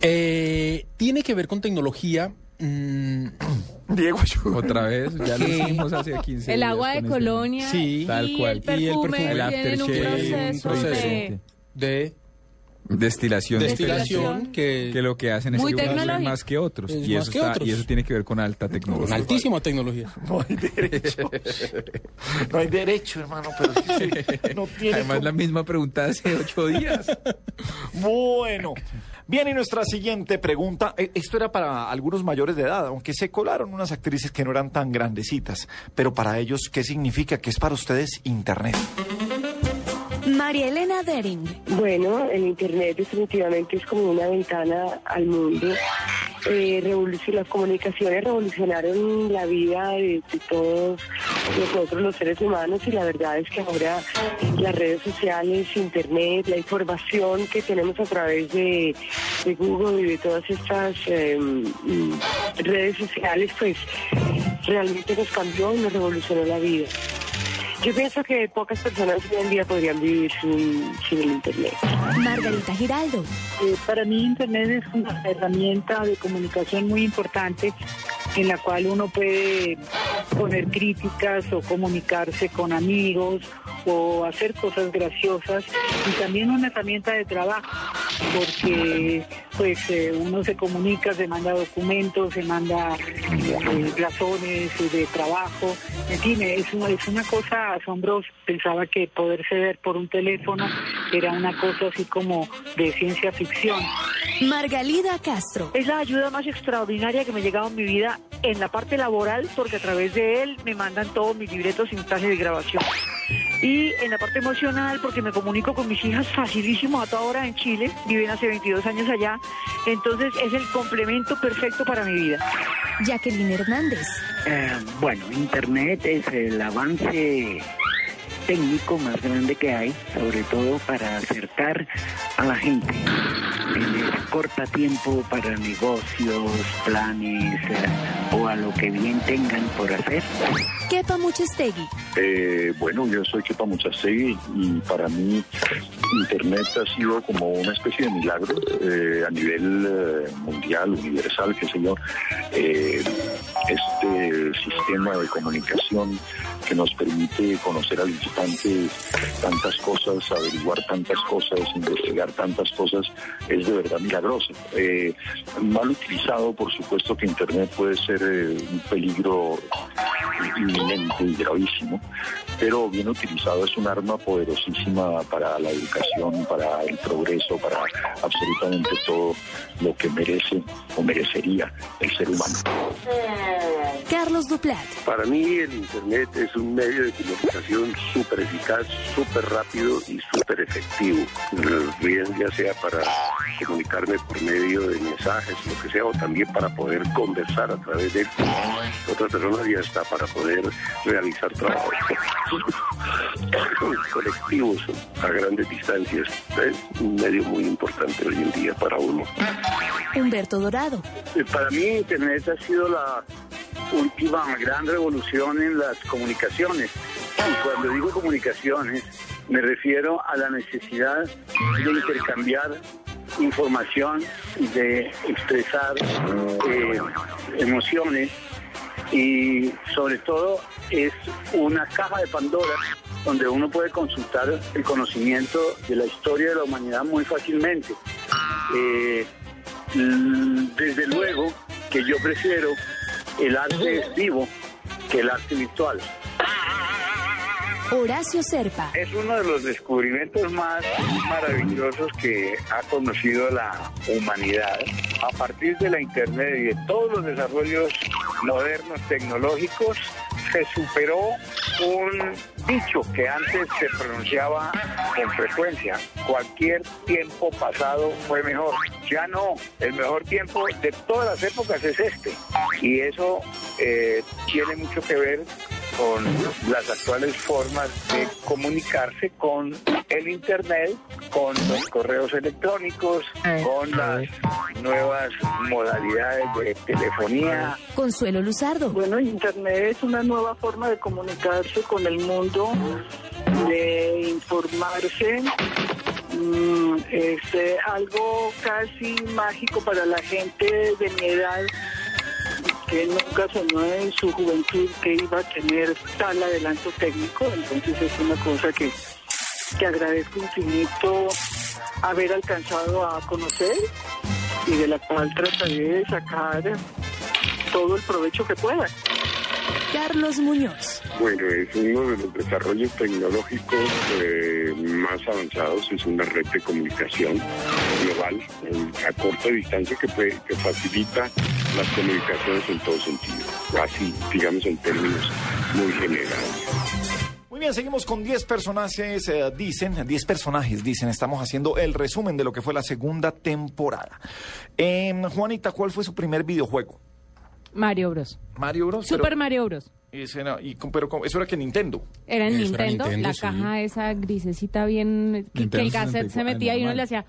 Speaker 2: Eh, tiene que ver con tecnología. mm,
Speaker 1: Diego,
Speaker 3: Otra vez, ya lo hicimos hace 15
Speaker 4: El
Speaker 3: días
Speaker 4: agua de
Speaker 3: con este.
Speaker 4: colonia
Speaker 3: Sí, tal
Speaker 4: y,
Speaker 3: cual.
Speaker 4: el perfume
Speaker 3: Y el perfume. El
Speaker 4: tienen un
Speaker 3: aftershave,
Speaker 4: proceso,
Speaker 3: un proceso.
Speaker 4: de...
Speaker 2: de
Speaker 3: Destilación.
Speaker 2: Destilación,
Speaker 3: Que, lo que hacen es
Speaker 4: Muy
Speaker 3: que unos
Speaker 4: tecnológico.
Speaker 3: ven más que otros.
Speaker 2: Es
Speaker 3: y,
Speaker 2: más
Speaker 3: eso
Speaker 2: que
Speaker 3: está-
Speaker 2: otros.
Speaker 3: y eso tiene que ver con alta tecnología.
Speaker 2: altísima tecnología.
Speaker 1: No hay derecho. No hay derecho, hermano, pero es que usted no tiene
Speaker 3: Además,
Speaker 1: como-
Speaker 3: la misma pregunta hace ocho días.
Speaker 1: Bueno, Bien, y nuestra siguiente pregunta, eh, esto era para algunos mayores de edad, aunque se colaron unas actrices que no eran tan grandecitas, pero para ellos, ¿qué significa? ¿Qué es para ustedes Internet?
Speaker 5: María Elena Dering.
Speaker 13: Bueno, el Internet definitivamente es como una ventana al mundo. Eh, revolucion- las comunicaciones revolucionaron la vida de, de todos nosotros los seres humanos y la verdad es que ahora las redes sociales, Internet, la información que tenemos a través de, de Google y de todas estas eh, mm, redes sociales, pues realmente nos cambió y nos revolucionó la vida. Yo pienso que pocas personas hoy en día podrían vivir sin, sin el Internet.
Speaker 5: Margarita Giraldo.
Speaker 17: Eh, para mí Internet es una herramienta de comunicación muy importante en la cual uno puede poner críticas o comunicarse con amigos o hacer cosas graciosas y también una herramienta de trabajo porque pues eh, uno se comunica, se manda documentos, se manda eh, razones de trabajo, en fin, eh, es una, es una cosa asombrosa. Pensaba que poderse ver por un teléfono era una cosa así como de ciencia ficción.
Speaker 5: Margalida Castro.
Speaker 18: Es la ayuda más extraordinaria que me ha llegado en mi vida en la parte laboral, porque a través de él me mandan todos mis libretos sin traje de grabación. Y en la parte emocional, porque me comunico con mis hijas facilísimo a toda hora en Chile, viven hace 22 años allá, entonces es el complemento perfecto para mi vida.
Speaker 5: Jacqueline Hernández.
Speaker 19: Eh, bueno, Internet es el avance técnico más grande que hay, sobre todo para acercar a la gente. Les corta tiempo para negocios, planes eh, o a lo que bien tengan por hacer.
Speaker 5: Kepa Muchestegui.
Speaker 20: Eh, bueno, yo soy Kepa Muchasegui y para mí Internet ha sido como una especie de milagro eh, a nivel eh, mundial, universal, qué sé yo. Eh, este sistema de comunicación que nos permite conocer al instante tantas cosas, averiguar tantas cosas, investigar tantas cosas, es de verdad milagroso. Eh, mal utilizado, por supuesto que Internet puede ser eh, un peligro inminente y gravísimo, pero bien utilizado es un arma poderosísima para la educación, para el progreso, para absolutamente todo lo que merece o merecería el ser humano.
Speaker 5: Carlos Duplat.
Speaker 21: Para mí el Internet es un medio de comunicación súper eficaz, súper rápido y súper efectivo. Bien ya sea para comunicarme por medio de mensajes, lo que sea, o también para poder conversar a través de él con otras personas y hasta para poder realizar trabajos colectivos a grandes distancias. Es un medio muy importante hoy en día para uno.
Speaker 5: Humberto Dorado.
Speaker 22: Eh, Para mí Internet ha sido la última gran revolución en las comunicaciones. Y cuando digo comunicaciones, me refiero a la necesidad de intercambiar información, de expresar eh, emociones y sobre todo es una caja de Pandora donde uno puede consultar el conocimiento de la historia de la humanidad muy fácilmente. Eh, mm, desde luego que yo prefiero el arte vivo que el arte virtual.
Speaker 5: Horacio Serpa.
Speaker 22: Es uno de los descubrimientos más maravillosos que ha conocido la humanidad. A partir de la Internet y de todos los desarrollos modernos tecnológicos, se superó un dicho que antes se pronunciaba con frecuencia. Cualquier tiempo pasado fue mejor. Ya no, el mejor tiempo de todas las épocas es este. Y eso eh, tiene mucho que ver con las actuales formas de comunicarse con el Internet, con los correos electrónicos, con las nuevas modalidades de telefonía.
Speaker 5: Consuelo Luzardo.
Speaker 18: Bueno, Internet es una nueva forma de comunicarse con el mundo, de informarse. Mm, Es eh, algo casi mágico para la gente de mi edad que nunca soñó en su juventud que iba a tener tal adelanto técnico. Entonces es una cosa que, que agradezco infinito haber alcanzado a conocer y de la cual trataré de sacar todo el provecho que pueda.
Speaker 5: Carlos Muñoz.
Speaker 21: Bueno, es uno de los desarrollos tecnológicos eh, más avanzados, es una red de comunicación. Lo global en- a corta distancia que, fue- que facilita las comunicaciones en todo sentido. Así, digamos en términos muy generales.
Speaker 1: Muy bien, seguimos con 10 personajes, eh, dicen, 10 personajes, dicen, estamos haciendo el resumen de lo que fue la segunda temporada. Em, Juanita, ¿cuál fue su primer videojuego?
Speaker 4: Mario Bros.
Speaker 1: Mario Bros. pero-
Speaker 4: Super Mario Bros.
Speaker 1: Ese era- y con- pero con- eso era que Nintendo.
Speaker 4: Era en
Speaker 1: Eso era
Speaker 4: Nintendo,
Speaker 1: Nintendo,
Speaker 4: la
Speaker 1: sí.
Speaker 4: caja esa grisecita bien... Que,
Speaker 1: Nintendo
Speaker 4: que el cassette
Speaker 1: 64,
Speaker 4: se metía y uno le hacía...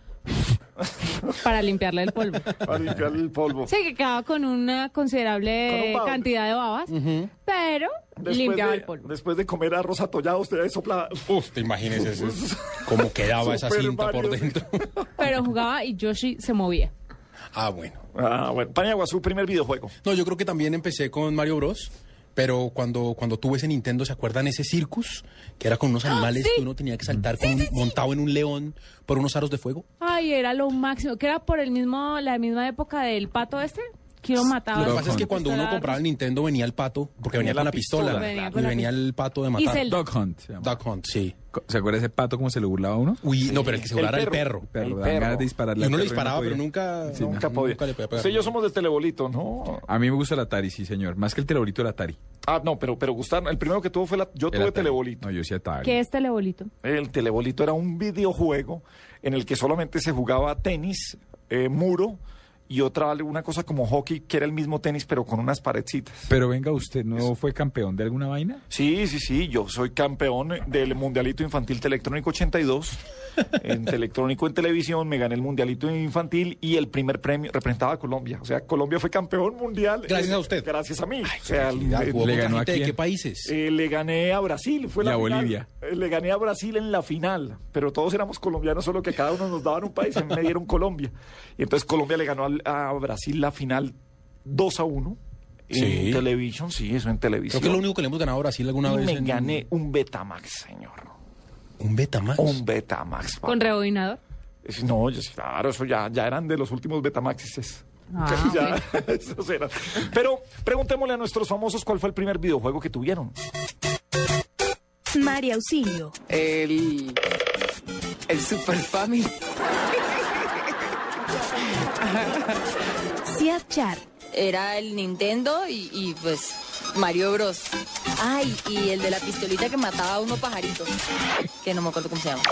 Speaker 4: para limpiarle el polvo.
Speaker 1: Para limpiarle el polvo.
Speaker 4: Sí, que quedaba con una
Speaker 1: Con un
Speaker 4: considerable
Speaker 1: pavo.
Speaker 4: cantidad de babas,
Speaker 1: Ujú.
Speaker 4: pero limpiaba el polvo.
Speaker 1: de, después de comer arroz atollado, usted soplaba.
Speaker 2: Uf, te imagines eso. es- Cómo quedaba esa
Speaker 1: Super
Speaker 2: cinta por
Speaker 1: Mario.
Speaker 2: dentro.
Speaker 4: Pero jugaba y Yoshi se movía.
Speaker 2: Ah, bueno.
Speaker 1: Ah, bueno. Paniagua, su primer videojuego.
Speaker 2: No, yo creo que también empecé con Mario Bros. Pero cuando, cuando tuve ese Nintendo, ¿se acuerdan ese circus? Que era con unos
Speaker 1: ¡Ah,
Speaker 2: animales que uno
Speaker 1: Mm.
Speaker 2: tenía que saltar con un- montado en un león por unos aros de fuego.
Speaker 4: Ay, era lo máximo. Que era por el mismo, la misma época del pato este. Que uno mataba.
Speaker 2: Lo que
Speaker 4: con
Speaker 2: pasa es que
Speaker 4: una
Speaker 2: cuando uno
Speaker 4: pistola.
Speaker 2: compraba el Nintendo venía el pato, porque venía, con la pistola,
Speaker 4: Venía
Speaker 2: y
Speaker 4: con la
Speaker 2: venía
Speaker 4: pistola.
Speaker 2: el pato de
Speaker 4: Y
Speaker 2: matar.
Speaker 4: Zelda.
Speaker 2: Duck Hunt. Duck Hunt, sí.
Speaker 3: ¿Se acuerda ese pato como se le burlaba a uno?
Speaker 2: Uy, no, pero el que se burlara era el perro.
Speaker 3: Pero
Speaker 2: El
Speaker 3: daban
Speaker 2: perro.
Speaker 3: ganas de dispararle
Speaker 2: Y
Speaker 3: al
Speaker 2: uno le
Speaker 3: perro y no
Speaker 2: disparaba, pero
Speaker 3: podía.
Speaker 2: nunca-
Speaker 3: Sí, no.
Speaker 2: nunca podía. Nunca le podía pegar.
Speaker 1: Usted y yo somos del telebolito, ¿no?
Speaker 3: A mí me gusta el Atari, sí, señor. Más que el telebolito, el Atari.
Speaker 1: Ah, no, pero, pero gustaron. El primero que tuvo fue la. Yo
Speaker 3: El
Speaker 1: tuve
Speaker 3: Atari.
Speaker 1: telebolito.
Speaker 3: No, yo sí Atari.
Speaker 4: ¿Qué es telebolito?
Speaker 1: El telebolito era un videojuego en el que solamente se jugaba tenis, eh, muro y otra una cosa como hockey que era el mismo tenis pero con unas paredcitas.
Speaker 3: Pero venga usted, ¿no fue campeón de alguna vaina?
Speaker 1: Sí, sí, sí, yo soy campeón del Mundialito Infantil Telectrónico 82. En Telectrónico en televisión me gané el Mundialito Infantil y el primer premio representaba a Colombia. O sea, Colombia fue campeón mundial.
Speaker 2: Gracias
Speaker 1: eh,
Speaker 2: a usted.
Speaker 1: Gracias a mí. O sea,
Speaker 2: agilidad,
Speaker 1: eh,
Speaker 2: jugó
Speaker 1: le
Speaker 2: contra
Speaker 1: ganó a
Speaker 2: gente de
Speaker 1: quién?
Speaker 2: qué países.
Speaker 1: Eh, le gané a Brasil, fue
Speaker 2: Y
Speaker 1: la
Speaker 2: a
Speaker 1: final.
Speaker 2: Bolivia.
Speaker 1: Eh, le gané a Brasil en la final, pero todos éramos colombianos, solo que a cada uno nos daban un país, a mí me dieron Colombia. Y entonces Colombia le ganó al- a, Brasil la final 2 a 1 en
Speaker 2: Sí.
Speaker 1: televisión, sí, eso en televisión.
Speaker 2: Creo que es lo único que le hemos ganado a Brasil alguna
Speaker 1: Y
Speaker 2: vez.
Speaker 1: me
Speaker 2: en-
Speaker 1: gané un Betamax, señor.
Speaker 2: ¿Un Betamax?
Speaker 1: Un Betamax. papá.
Speaker 4: Con rebobinador.
Speaker 1: Es- No, yo sí, claro, eso ya, ya eran de los últimos Betamaxes.
Speaker 4: Ah,
Speaker 1: Ya, esos eran. Pero preguntémosle a nuestros famosos cuál fue el primer videojuego que tuvieron.
Speaker 5: María Auxilio.
Speaker 23: El. El Super Family.
Speaker 5: Siad Char.
Speaker 24: Era el Nintendo y, y, pues Mario Bros. Ay, y el de la pistolita que mataba a uno pajarito. Que no me acuerdo cómo se llama.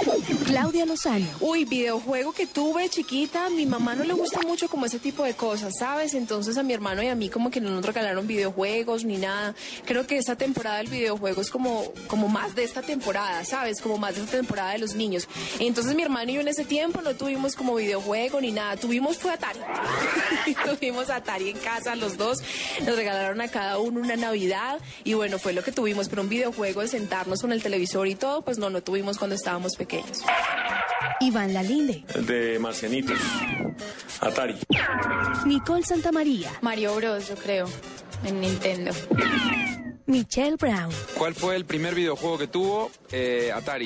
Speaker 5: Claudia Lozano.
Speaker 7: Uy, videojuego que tuve chiquita, mi mamá no le gusta mucho como ese tipo de cosas, ¿sabes? Entonces a mi hermano y a mí como que no nos regalaron videojuegos ni nada. Creo que esta temporada del videojuego es como, como más de esta temporada, ¿sabes? Como más de esta temporada de los niños. Entonces mi hermano y yo en ese tiempo no tuvimos como videojuego ni nada, tuvimos fue Atari. tuvimos Atari en casa los dos, nos regalaron a cada uno una Navidad y bueno, fue lo que tuvimos, pero un videojuego de sentarnos con el televisor y todo, pues no, no tuvimos cuando estábamos pequeños.
Speaker 5: Iván Lalinde.
Speaker 15: El de Marcianitos. Atari.
Speaker 5: Nicole Santamaría.
Speaker 16: Mario Bros, yo creo, en Nintendo.
Speaker 5: Michelle Brown.
Speaker 8: ¿Cuál fue el primer videojuego que tuvo? Eh, Atari.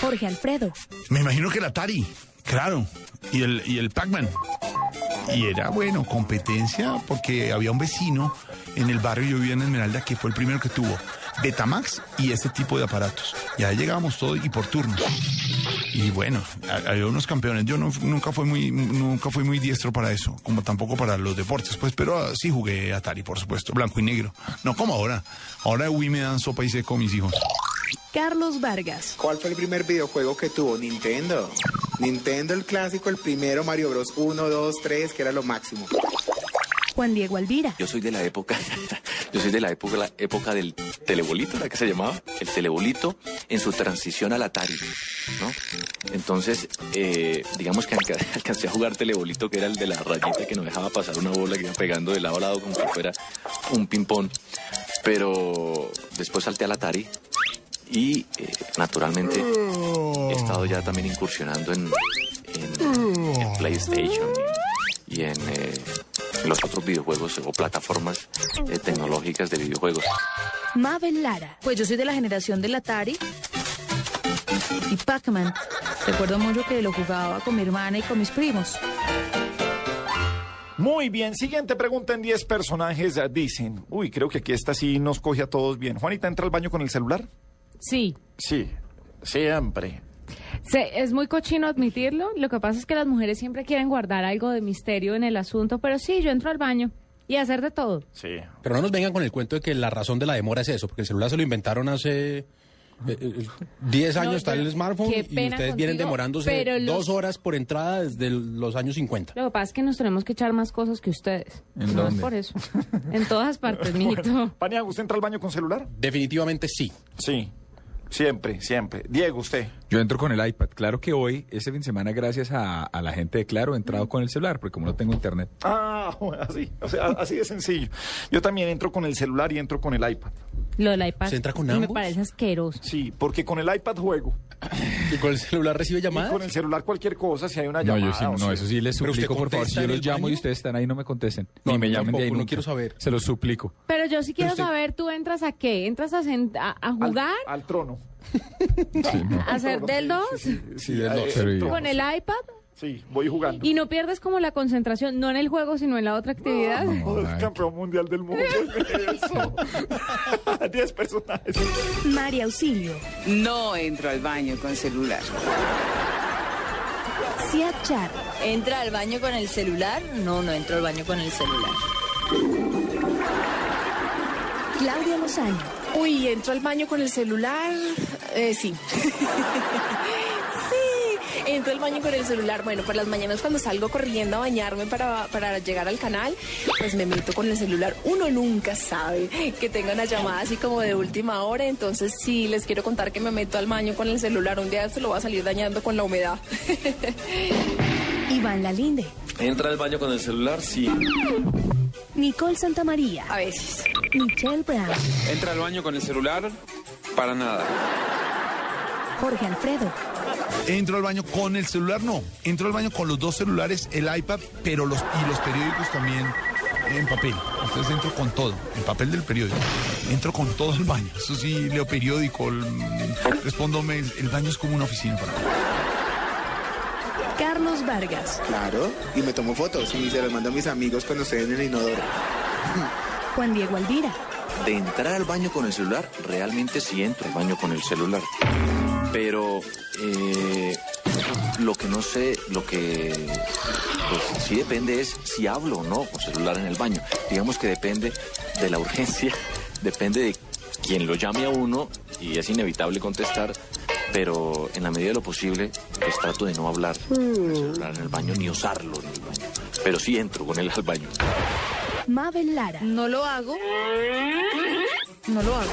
Speaker 5: Jorge Alfredo.
Speaker 9: Me imagino que el Atari, claro, y el, y el Pac-Man. Y era, bueno, competencia, porque había un vecino en el barrio, yo vivía en Esmeralda, que fue el primero que tuvo Betamax y este tipo de aparatos. Y ahí llegábamos todos y por turnos. Y bueno, ha- había unos campeones. Yo no- nunca, fui muy, nunca fui muy diestro para eso, como tampoco para los deportes, pues, pero ah, sí jugué Atari, por supuesto, blanco y negro. No como ahora. Ahora Wii me dan sopa y seco mis hijos.
Speaker 5: Carlos Vargas.
Speaker 10: ¿Cuál fue el primer videojuego que tuvo Nintendo? Nintendo el clásico, el primero Mario Bros 1, 2, 3, que era lo máximo.
Speaker 5: Juan Diego Alvira.
Speaker 11: Yo soy de la época, yo soy de la época, la época del telebolito, la que se llamaba, el telebolito en su transición al Atari, ¿no? Entonces, eh, digamos que alca- alcancé a jugar telebolito, que era el de la rayita que no dejaba pasar una bola que iba pegando de lado a lado como si fuera un ping-pong. Pero después salté al Atari y, eh, naturalmente, he estado ya también incursionando en, en- en PlayStation y en... eh, los otros videojuegos o plataformas eh, tecnológicas de videojuegos.
Speaker 12: Mabel Lara. Pues yo soy de la generación del Atari y Pac-Man. Recuerdo mucho que lo jugaba con mi hermana y con mis primos.
Speaker 1: Muy bien, siguiente pregunta en 10 personajes. eh, Dicen, uy, creo que aquí esta sí nos coge a todos bien. Juanita, ¿entra al baño con el celular?
Speaker 4: Sí.
Speaker 1: Sí, siempre.
Speaker 4: Se- es muy cochino admitirlo. Lo que pasa es que las mujeres siempre quieren guardar algo de misterio en el asunto, pero sí, yo entro al baño y hacer de todo.
Speaker 1: Sí.
Speaker 2: Pero no nos vengan con el cuento de que la razón de la demora es eso, porque el celular se lo inventaron hace eh, eh, 10
Speaker 4: No,
Speaker 2: años, está
Speaker 4: pero
Speaker 2: el smartphone,
Speaker 4: qué
Speaker 2: y ustedes
Speaker 4: pena
Speaker 2: vienen
Speaker 4: contigo,
Speaker 2: demorándose
Speaker 4: pero los-
Speaker 2: dos horas por entrada desde el- los años 50.
Speaker 4: Lo que pasa es que nos tenemos que echar más cosas que ustedes.
Speaker 2: ¿En
Speaker 4: no
Speaker 2: dónde?
Speaker 4: es por eso. En todas partes, mijito.
Speaker 1: Paniagua, ¿usted entra al baño con celular?
Speaker 2: Definitivamente sí.
Speaker 1: Sí. Siempre, siempre. Diego, usted.
Speaker 3: Yo entro con el iPad. Claro que hoy, ese fin de semana, gracias a, a la gente de Claro, he entrado con el celular, porque como no tengo internet.
Speaker 1: Ah, así, o sea, así de sencillo. Yo también entro con el celular y entro con el iPad.
Speaker 4: Lo del iPad.
Speaker 1: ¿Se entra con
Speaker 4: Me
Speaker 1: ambos?
Speaker 4: parece asqueroso.
Speaker 1: Sí, porque con el iPad juego.
Speaker 2: ¿Y con el celular recibe llamadas?
Speaker 1: con el celular cualquier cosa, si hay una
Speaker 3: No,
Speaker 1: llamada.
Speaker 3: yo sí,
Speaker 1: o
Speaker 3: no,
Speaker 1: sea.
Speaker 3: eso sí les
Speaker 1: Pero usted
Speaker 3: suplico, por favor. Si
Speaker 1: contesta
Speaker 3: yo
Speaker 1: en
Speaker 3: los
Speaker 1: el
Speaker 3: llamo
Speaker 1: baño.
Speaker 3: y ustedes están ahí, no me contesten.
Speaker 1: No,
Speaker 3: Ni me
Speaker 1: yo
Speaker 3: llamen de ahí
Speaker 1: tampoco, no
Speaker 3: nunca.
Speaker 1: quiero saber.
Speaker 3: Se los suplico.
Speaker 4: Pero yo sí quiero
Speaker 3: usted- Ah,
Speaker 4: saber, ¿tú entras a qué? ¿Entras a, sent- a- a jugar?
Speaker 1: Al, trono.
Speaker 4: ¿A hacer del 2?
Speaker 1: Sí,
Speaker 3: de
Speaker 1: eh,
Speaker 3: los-
Speaker 1: eh,
Speaker 4: ¿Con el iPad?
Speaker 1: Sí, voy jugando.
Speaker 4: Y no pierdes como la concentración, no en el juego, sino en la otra actividad.
Speaker 1: Joder, campeón mundial del mundo. Eso. Diez personajes.
Speaker 5: María Auxilio.
Speaker 23: No entro al baño con celular.
Speaker 5: Sia Char.
Speaker 24: ¿Entra al baño con el celular? No, no entro al baño con el celular.
Speaker 5: Claudia Lozano.
Speaker 7: Uy, entro al baño con el celular. Eh, sí. sí, entro al baño con el celular. Bueno, por las mañanas cuando salgo corriendo a bañarme para, para llegar al canal, pues me meto con el celular. Uno nunca sabe que tenga una llamada así como de última hora. Entonces, sí, les quiero contar que me meto al baño con el celular. Un día se lo va a salir dañando con la humedad.
Speaker 5: Iván Lalinde.
Speaker 15: ¿Entra al baño con el celular? Sí.
Speaker 5: Nicole Santamaría. A veces. Michelle Brown.
Speaker 8: ¿Entra al baño con el celular? Para nada.
Speaker 5: Jorge Alfredo.
Speaker 9: Entro al baño con el celular, no. Entro al baño con los dos celulares, el iPad, pero los y los periódicos también en papel. Entonces entro con todo, el papel del periódico. Entro con todo al baño. Eso sí, leo periódico, el- respondo mails. El baño es como una oficina para mí.
Speaker 5: Carlos Vargas.
Speaker 10: Claro, y me tomo fotos y se las mando a mis amigos cuando se ven en el inodoro.
Speaker 5: Juan Diego Alvira.
Speaker 11: De entrar al baño con el celular, realmente sí entro al baño con el celular. Pero eh, lo que no sé, lo que pues, sí depende es si hablo o no con celular en el baño. Digamos que depende de la urgencia, depende de quien lo llame a uno y es inevitable contestar. Pero en la medida de lo posible, pues trato de no hablar con el celular en el baño ni usarlo en el baño. Pero sí entro con él al baño.
Speaker 5: Mabel Lara.
Speaker 12: No lo hago. No lo hago.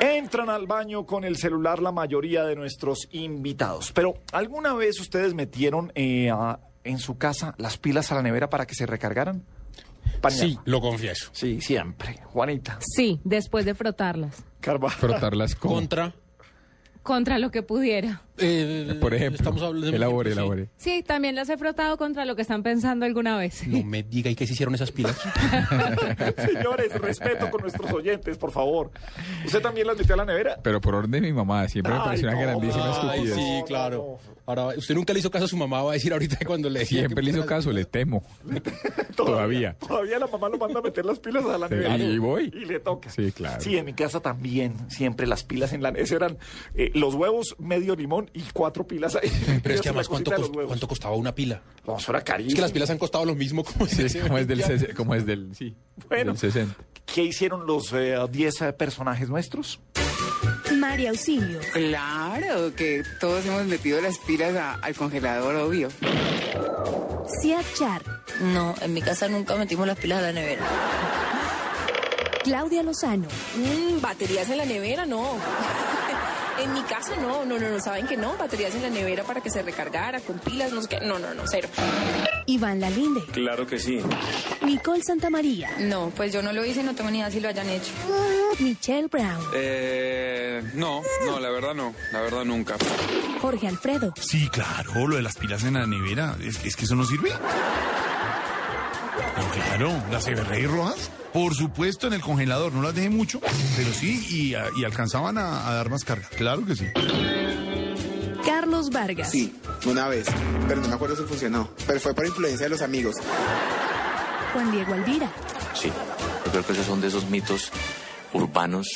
Speaker 1: Entran al baño con el celular la mayoría de nuestros invitados. Pero, ¿alguna vez ustedes metieron eh, a- en su casa las pilas a la nevera para que se recargaran? Paniagua.
Speaker 2: Sí, lo confieso.
Speaker 1: Sí, siempre. Juanita.
Speaker 4: Sí, después de frotarlas.
Speaker 1: Carvajal.
Speaker 3: Frotarlas
Speaker 2: Contra. eh,
Speaker 4: Contra lo que pudiera.
Speaker 3: Por ejemplo,
Speaker 2: estamos hablando de-
Speaker 3: elabore,
Speaker 2: sí.
Speaker 3: elabore.
Speaker 4: Sí, también las he frotado contra lo que están pensando alguna vez.
Speaker 2: No me diga, ¿y qué se hicieron esas pilas?
Speaker 1: Señores, respeto con nuestros oyentes, por favor. ¿Usted también las metió a la nevera?
Speaker 3: Pero por orden de mi mamá, siempre me
Speaker 1: Ay,
Speaker 3: pareció una
Speaker 1: no,
Speaker 3: grandísima
Speaker 1: ay,
Speaker 3: estupidez.
Speaker 2: Sí, claro. Ahora, usted nunca le hizo caso a su mamá, va a decir ahorita cuando le decía
Speaker 3: Siempre
Speaker 2: que
Speaker 3: le hizo
Speaker 2: pusiera-
Speaker 3: caso, le temo. Todavía.
Speaker 1: Todavía la mamá lo manda a meter las pilas a la
Speaker 3: Sí,
Speaker 1: nevera.
Speaker 3: y voy.
Speaker 1: Y le toca.
Speaker 3: Sí, claro.
Speaker 1: Sí, en mi casa también, siempre las pilas en la Esos eran eh, los huevos, medio limón y cuatro pilas ahí.
Speaker 2: Pero es
Speaker 1: Eso,
Speaker 2: que además,
Speaker 1: la
Speaker 2: ¿cuánto,
Speaker 1: cosita de
Speaker 2: cos-
Speaker 1: los huevos.
Speaker 2: cuánto costaba una pila?
Speaker 1: No, eso era carísimo.
Speaker 2: Es que las pilas han costado lo mismo como, si-
Speaker 3: Sí, como es del, ses- como es del, sí,
Speaker 1: Bueno.
Speaker 3: del 60.
Speaker 1: ¿Qué hicieron los eh, 10 eh, personajes nuestros?
Speaker 5: María Auxilio.
Speaker 23: Claro, que todos hemos metido las pilas a- al congelador, obvio.
Speaker 5: Sia Char.
Speaker 24: No, en mi casa nunca metimos las pilas a la nevera.
Speaker 5: Claudia Lozano.
Speaker 7: Mm, baterías en la nevera, no. en mi casa no, no, no, no, saben que no, baterías en la nevera para que se recargara con pilas, no sé qué, no, no, no, cero.
Speaker 5: Iván Lalinde.
Speaker 15: Claro que sí.
Speaker 5: Nicole Santamaría.
Speaker 16: No, pues yo no lo hice, no tengo ni idea si lo hayan hecho.
Speaker 5: Michelle Brown.
Speaker 8: Eh, no, no, la verdad no. La verdad nunca.
Speaker 5: Jorge Alfredo.
Speaker 9: Sí, claro, lo de las pilas en la nevera. Es, es que eso no sirve. Pero claro, las Everrey rojas. Por supuesto, en el congelador. No las dejé mucho, pero sí, y, a- y alcanzaban a, a dar más carga. Claro que sí.
Speaker 5: Carlos Vargas.
Speaker 10: Sí, una vez, pero no me acuerdo si funcionó. Pero fue por influencia de los amigos.
Speaker 5: Juan Diego Alvira.
Speaker 11: Sí, yo creo que esos son de esos mitos urbanos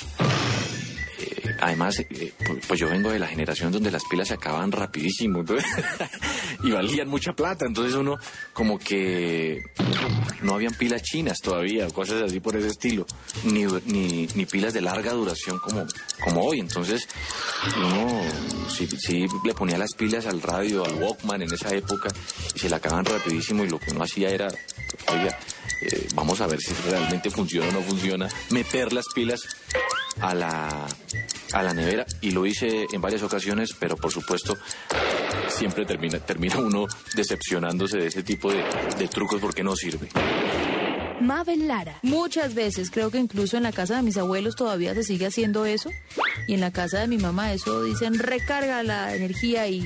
Speaker 11: eh, Además, eh, pues, pues yo vengo de la generación donde las pilas se acaban rapidísimo entonces, y valían mucha plata. Entonces uno como que no habían pilas chinas todavía, cosas así por ese estilo, ni, ni, ni pilas de larga duración como, como hoy. Entonces uno sí, sí le ponía las pilas al radio, al Walkman en esa época y se la acaban rapidísimo y lo que uno hacía era, oiga, eh, vamos a ver si realmente funciona o no funciona, meter las pilas a la, a la nevera y lo hice en varias ocasiones, pero por supuesto siempre termina, termina uno decepcionándose de ese tipo de, de trucos porque no sirve.
Speaker 12: Mabel Lara. Muchas veces, creo que incluso en la casa de mis abuelos todavía se sigue haciendo eso. Y en la casa de mi mamá eso dicen recarga la energía y,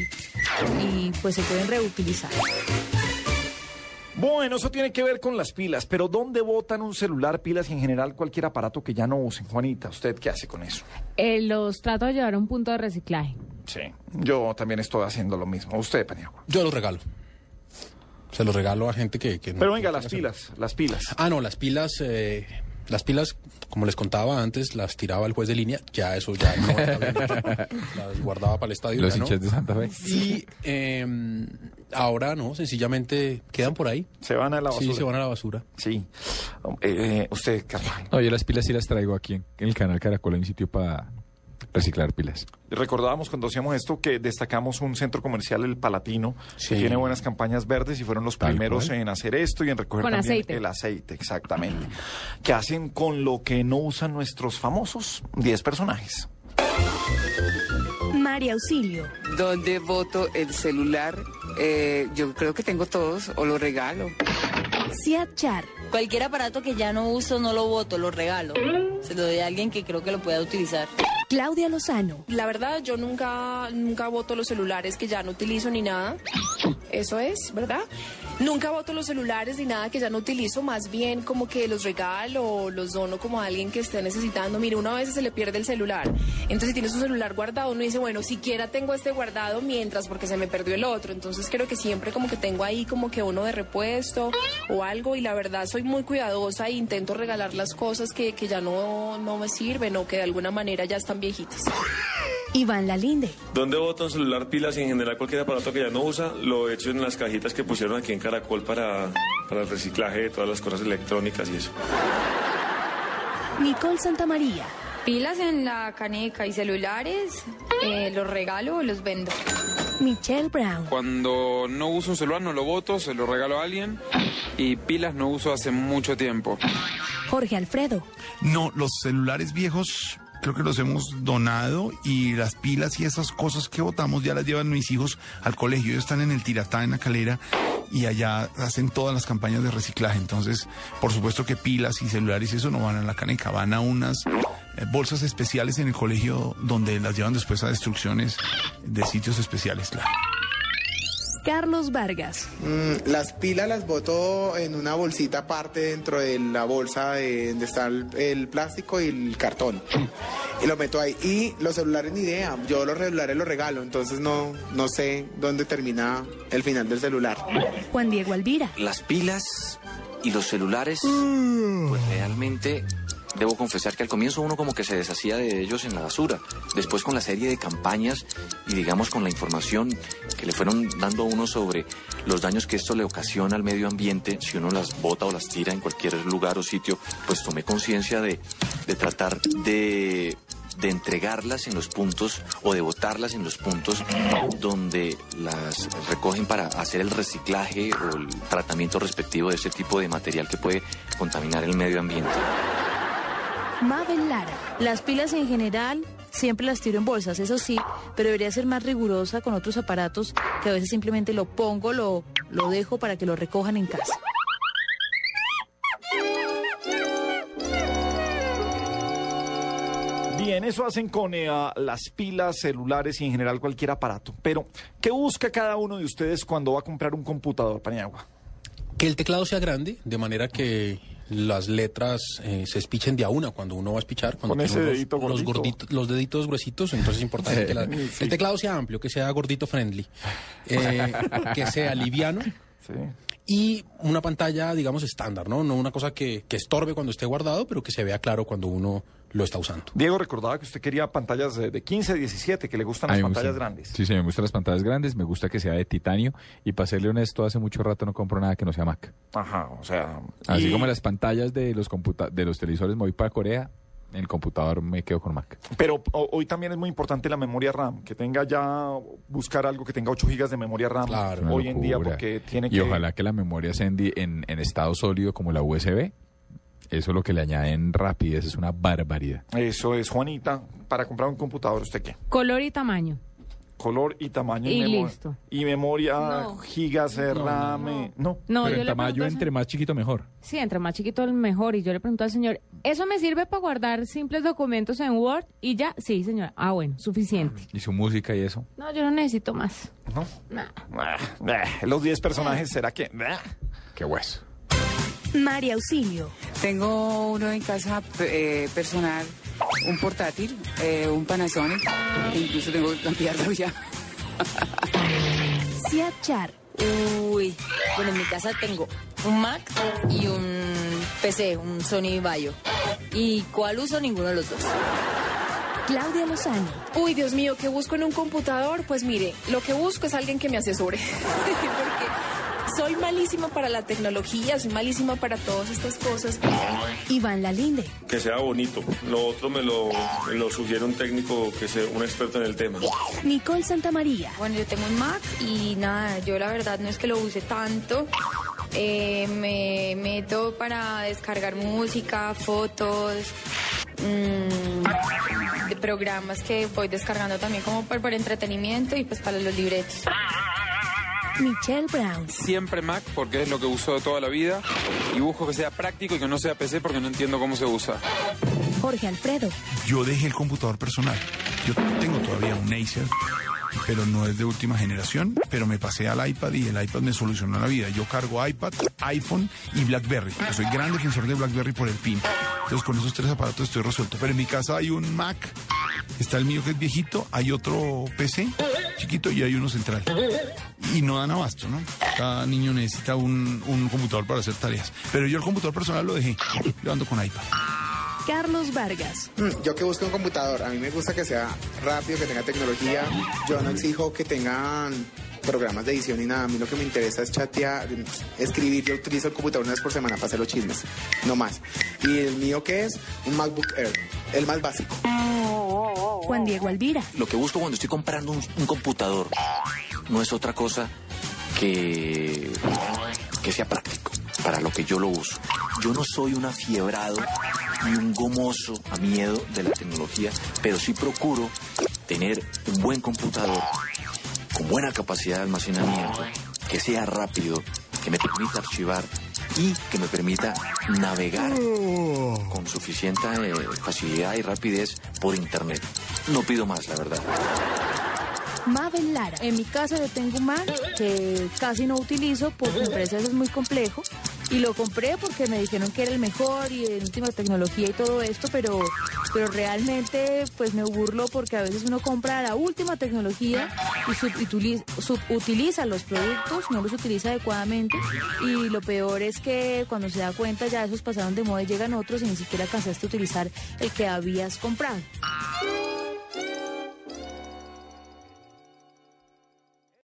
Speaker 12: y pues se pueden reutilizar.
Speaker 1: Bueno, eso tiene que ver con las pilas, pero ¿dónde botan un celular, pilas y en general cualquier aparato que ya no usen? Juanita, ¿usted qué hace con eso?
Speaker 4: Eh, los trato de llevar a un punto de reciclaje.
Speaker 1: Sí, yo también estoy haciendo lo mismo. Usted, Paniagua.
Speaker 2: Yo los regalo. Se los regalo a gente que, que no-
Speaker 1: Pero venga, las pilas, las pilas.
Speaker 2: Ah, no, las pilas, eh, las pilas, como les contaba antes, las tiraba el juez de línea. Ya eso ya no era bien hecho. Las guardaba para el estadio.
Speaker 3: Los
Speaker 2: ya no.
Speaker 3: hinchas de Santa Fe.
Speaker 2: Y eh, ahora no, sencillamente quedan por ahí.
Speaker 1: Se van a la
Speaker 2: Sí,
Speaker 3: basura.
Speaker 2: se van a la basura.
Speaker 1: Sí. Eh, usted,
Speaker 3: No, yo las pilas sí las traigo aquí en en el canal Caracol, hay un sitio para reciclar pilas.
Speaker 1: Recordábamos cuando hacíamos esto que destacamos un centro comercial, el Palatino, que tiene buenas campañas verdes y fueron los primeros en hacer esto y en recoger
Speaker 4: Con
Speaker 1: también
Speaker 4: aceite.
Speaker 1: el aceite, exactamente. que hacen con lo que no usan nuestros famosos 10 personajes?
Speaker 23: María Auxilio. ¿Dónde voto el celular? Eh, yo creo que tengo todos o lo regalo.
Speaker 24: Siad Char. Cualquier aparato que ya no uso, no lo voto, lo regalo. Se lo doy a alguien que creo que lo pueda utilizar.
Speaker 5: Claudia Lozano.
Speaker 7: La verdad, yo nunca, nunca voto los celulares que ya no utilizo ni nada. Eso es, ¿verdad? Nunca voto los celulares ni nada que ya no utilizo, más bien como que los regalo o los dono como a alguien que esté necesitando. Mire, una vez se le pierde el celular. Entonces, si tiene su celular guardado, uno dice, bueno, siquiera tengo este guardado mientras porque se me perdió el otro. Entonces, creo que siempre como que tengo ahí como que uno de repuesto o algo. Y la verdad, soy muy cuidadosa e intento regalar las cosas que, que ya no, no me sirven o que de alguna manera ya están viejitas.
Speaker 5: Iván Lalinde.
Speaker 15: ¿Dónde bota un celular, pilas y en general cualquier aparato que ya no usa? Lo echo en las cajitas que pusieron aquí en Caracol para, para el reciclaje de todas las cosas electrónicas y eso.
Speaker 5: Nicole Santamaría.
Speaker 16: Pilas en la caneca y celulares, eh, los regalo o los vendo.
Speaker 5: Michelle Brown.
Speaker 8: Cuando no uso un celular, no lo voto, se lo regalo a alguien. Y pilas no uso hace mucho tiempo.
Speaker 5: Jorge Alfredo.
Speaker 9: No, los celulares viejos creo que los hemos donado y las pilas y esas cosas que votamos ya las llevan mis hijos al colegio. Ellos están en el Tiratá, en la calera, y allá hacen todas las campañas de reciclaje. Entonces, por supuesto que pilas y celulares y eso no van a la caneca, van a unas eh, bolsas especiales en el colegio donde las llevan después a destrucciones de sitios especiales. claro.
Speaker 5: Carlos Vargas.
Speaker 10: Mm, las pilas las boto en una bolsita aparte dentro de la bolsa de donde está el, el plástico y el cartón. Y lo meto ahí. Y los celulares ni idea. Yo los celulares los regalo, entonces no, no sé dónde termina el final del celular.
Speaker 5: Juan Diego Alvira.
Speaker 11: Las pilas y los celulares, pues realmente debo confesar que al comienzo uno como que se deshacía de ellos en la basura. Después con la serie de campañas y digamos con la información que le fueron dando a uno sobre los daños que esto le ocasiona al medio ambiente, si uno las bota o las tira en cualquier lugar o sitio, pues tomé conciencia de, de tratar de de entregarlas en los puntos o de botarlas en los puntos donde las recogen para hacer el reciclaje o el tratamiento respectivo de ese tipo de material que puede contaminar el medio ambiente.
Speaker 12: Mabel Lara. Las pilas en general siempre las tiro en bolsas, eso sí, pero debería ser más rigurosa con otros aparatos que a veces simplemente lo pongo, lo, lo dejo para que lo recojan en casa.
Speaker 1: Bien, eso hacen con eh, ah, las pilas, celulares y en general cualquier aparato. Pero, ¿qué busca cada uno de ustedes cuando va a comprar un computador, Paniagua?
Speaker 2: Que el teclado sea grande, de manera que las letras eh, se espichen de a una cuando uno va a espichar. Cuando
Speaker 1: Con
Speaker 2: tiene
Speaker 1: ese
Speaker 2: los-
Speaker 1: dedito
Speaker 2: los,
Speaker 1: gordito.
Speaker 2: gorditos- los deditos gruesitos, entonces es importante que la-
Speaker 1: Sí.
Speaker 2: el teclado sea amplio, que sea gordito friendly, eh, que sea liviano. y una pantalla, digamos, estándar, ¿no? No una cosa que, que estorbe cuando esté guardado, pero que se vea claro cuando uno lo está usando.
Speaker 1: Diego recordaba que usted quería pantallas de de 15, 17, que le gustan
Speaker 3: A
Speaker 1: las
Speaker 3: mí me
Speaker 1: pantallas
Speaker 3: gustan-
Speaker 1: grandes.
Speaker 3: Sí, sí, me gustan las pantallas grandes, me gusta que sea de titanio y para serle honesto, hace mucho rato no compro nada que no sea Mac.
Speaker 1: Ajá, o sea...
Speaker 3: Así
Speaker 1: y-
Speaker 3: como las pantallas de los computa de los televisores me voy para Corea, en el computador me quedo con Mac.
Speaker 1: Pero o- hoy también es muy importante la memoria RAM, que tenga ya, buscar algo que tenga 8 gigas de memoria RAM
Speaker 3: Una
Speaker 1: hoy en día,
Speaker 3: locura.
Speaker 1: porque tiene
Speaker 3: y
Speaker 1: que...
Speaker 3: ojalá que la memoria sea en, di- en- en estado sólido como la USB. Eso es lo que le añaden rapidez, es una barbaridad.
Speaker 1: Eso es, Juanita, para comprar un computador, ¿usted qué?
Speaker 4: Color y tamaño.
Speaker 1: Color y tamaño
Speaker 4: Y
Speaker 1: memo-
Speaker 4: listo.
Speaker 1: Y memoria,
Speaker 4: No.
Speaker 1: gigas, eh, RAM, eh, no.
Speaker 4: No, Pero yo el le tamaño pregunto eso.
Speaker 3: entre más chiquito mejor.
Speaker 4: Sí, entre más chiquito el mejor. Y yo le pregunto al señor, ¿eso me sirve para guardar simples documentos en Word? Y ya, sí, señor. Ah, bueno, suficiente.
Speaker 3: Y su música y eso.
Speaker 4: No, yo no necesito más.
Speaker 1: ¿No? Ah, ah, Los 10 personajes, ¿será que? ah?
Speaker 3: Qué hueso.
Speaker 23: María Auxilio. Tengo uno en casa eh, personal, un portátil, eh, un Panasonic, que incluso tengo que cambiarlo ya.
Speaker 5: Sia Char.
Speaker 24: Uy, bueno, en mi casa tengo un Mac y un PC, un Sony Vaio. ¿Y cuál uso? Ninguno de los dos.
Speaker 5: Claudia Lozano.
Speaker 7: Uy, Dios mío, ¿qué busco en un computador? Pues mire, lo que busco es alguien que me asesore. Porque soy malísima para la tecnología, soy malísima para todas estas cosas.
Speaker 5: Iván Lalinde.
Speaker 15: Que sea bonito. Lo otro me lo, me lo sugiere un técnico que sea un experto en el tema.
Speaker 5: Nicole Santamaría.
Speaker 16: Bueno, yo tengo un Mac y nada, yo la verdad no es que lo use tanto. Eh, me meto para descargar música, fotos, mm, de programas que voy descargando también como por, por entretenimiento y pues para los libretos.
Speaker 5: Michelle Brown.
Speaker 8: Siempre Mac porque es lo que uso toda la vida y busco que sea práctico y que no sea PC porque no entiendo cómo se usa.
Speaker 5: Jorge Alfredo.
Speaker 9: Yo dejé el computador personal. Yo tengo todavía un Acer, pero no es de última generación, pero me pasé al iPad y el iPad me solucionó la vida. Yo cargo iPad, iPhone y BlackBerry. Yo soy gran defensor de BlackBerry por el PIN. Entonces con esos tres aparatos estoy resuelto. Pero en mi casa hay un Mac, está el mío que es viejito, hay otro PC chiquito y hay uno central. Y no dan abasto, ¿no? Cada niño necesita un, un computador para hacer tareas. Pero yo el computador personal lo dejé. Yo ando con iPad.
Speaker 5: Carlos Vargas.
Speaker 10: Mm, Yo que busco un computador, a mí me gusta que sea rápido, que tenga tecnología. Yo no exijo que tengan programas de edición ni nada. A mí lo que me interesa es chatear, escribir. Yo utilizo el computador una vez por semana para hacer los chismes, no más. ¿Y el mío qué es? Un MacBook Air, el más básico.
Speaker 5: Juan Diego Alvira.
Speaker 11: Lo que busco cuando estoy comprando un, un computador no es otra cosa que, que sea práctico para lo que yo lo uso. Yo no soy un afiebrado ni un gomoso a miedo de la tecnología, pero sí procuro tener un buen computador con buena capacidad de almacenamiento, que sea rápido, que me permita archivar y que me permita navegar con suficiente eh, facilidad y rapidez por internet. No pido más, la verdad.
Speaker 12: Mabel Lara. En mi casa yo tengo un Mac que casi no utilizo porque me parece eso es muy complejo. Y lo compré porque me dijeron que era el mejor y de última tecnología y todo esto, pero, pero realmente pues me burlo porque a veces uno compra la última tecnología y subutiliza, subutiliza los productos, no los utiliza adecuadamente y lo peor es que cuando se da cuenta ya esos pasaron de moda y llegan otros y ni siquiera alcanzaste a utilizar el que habías comprado.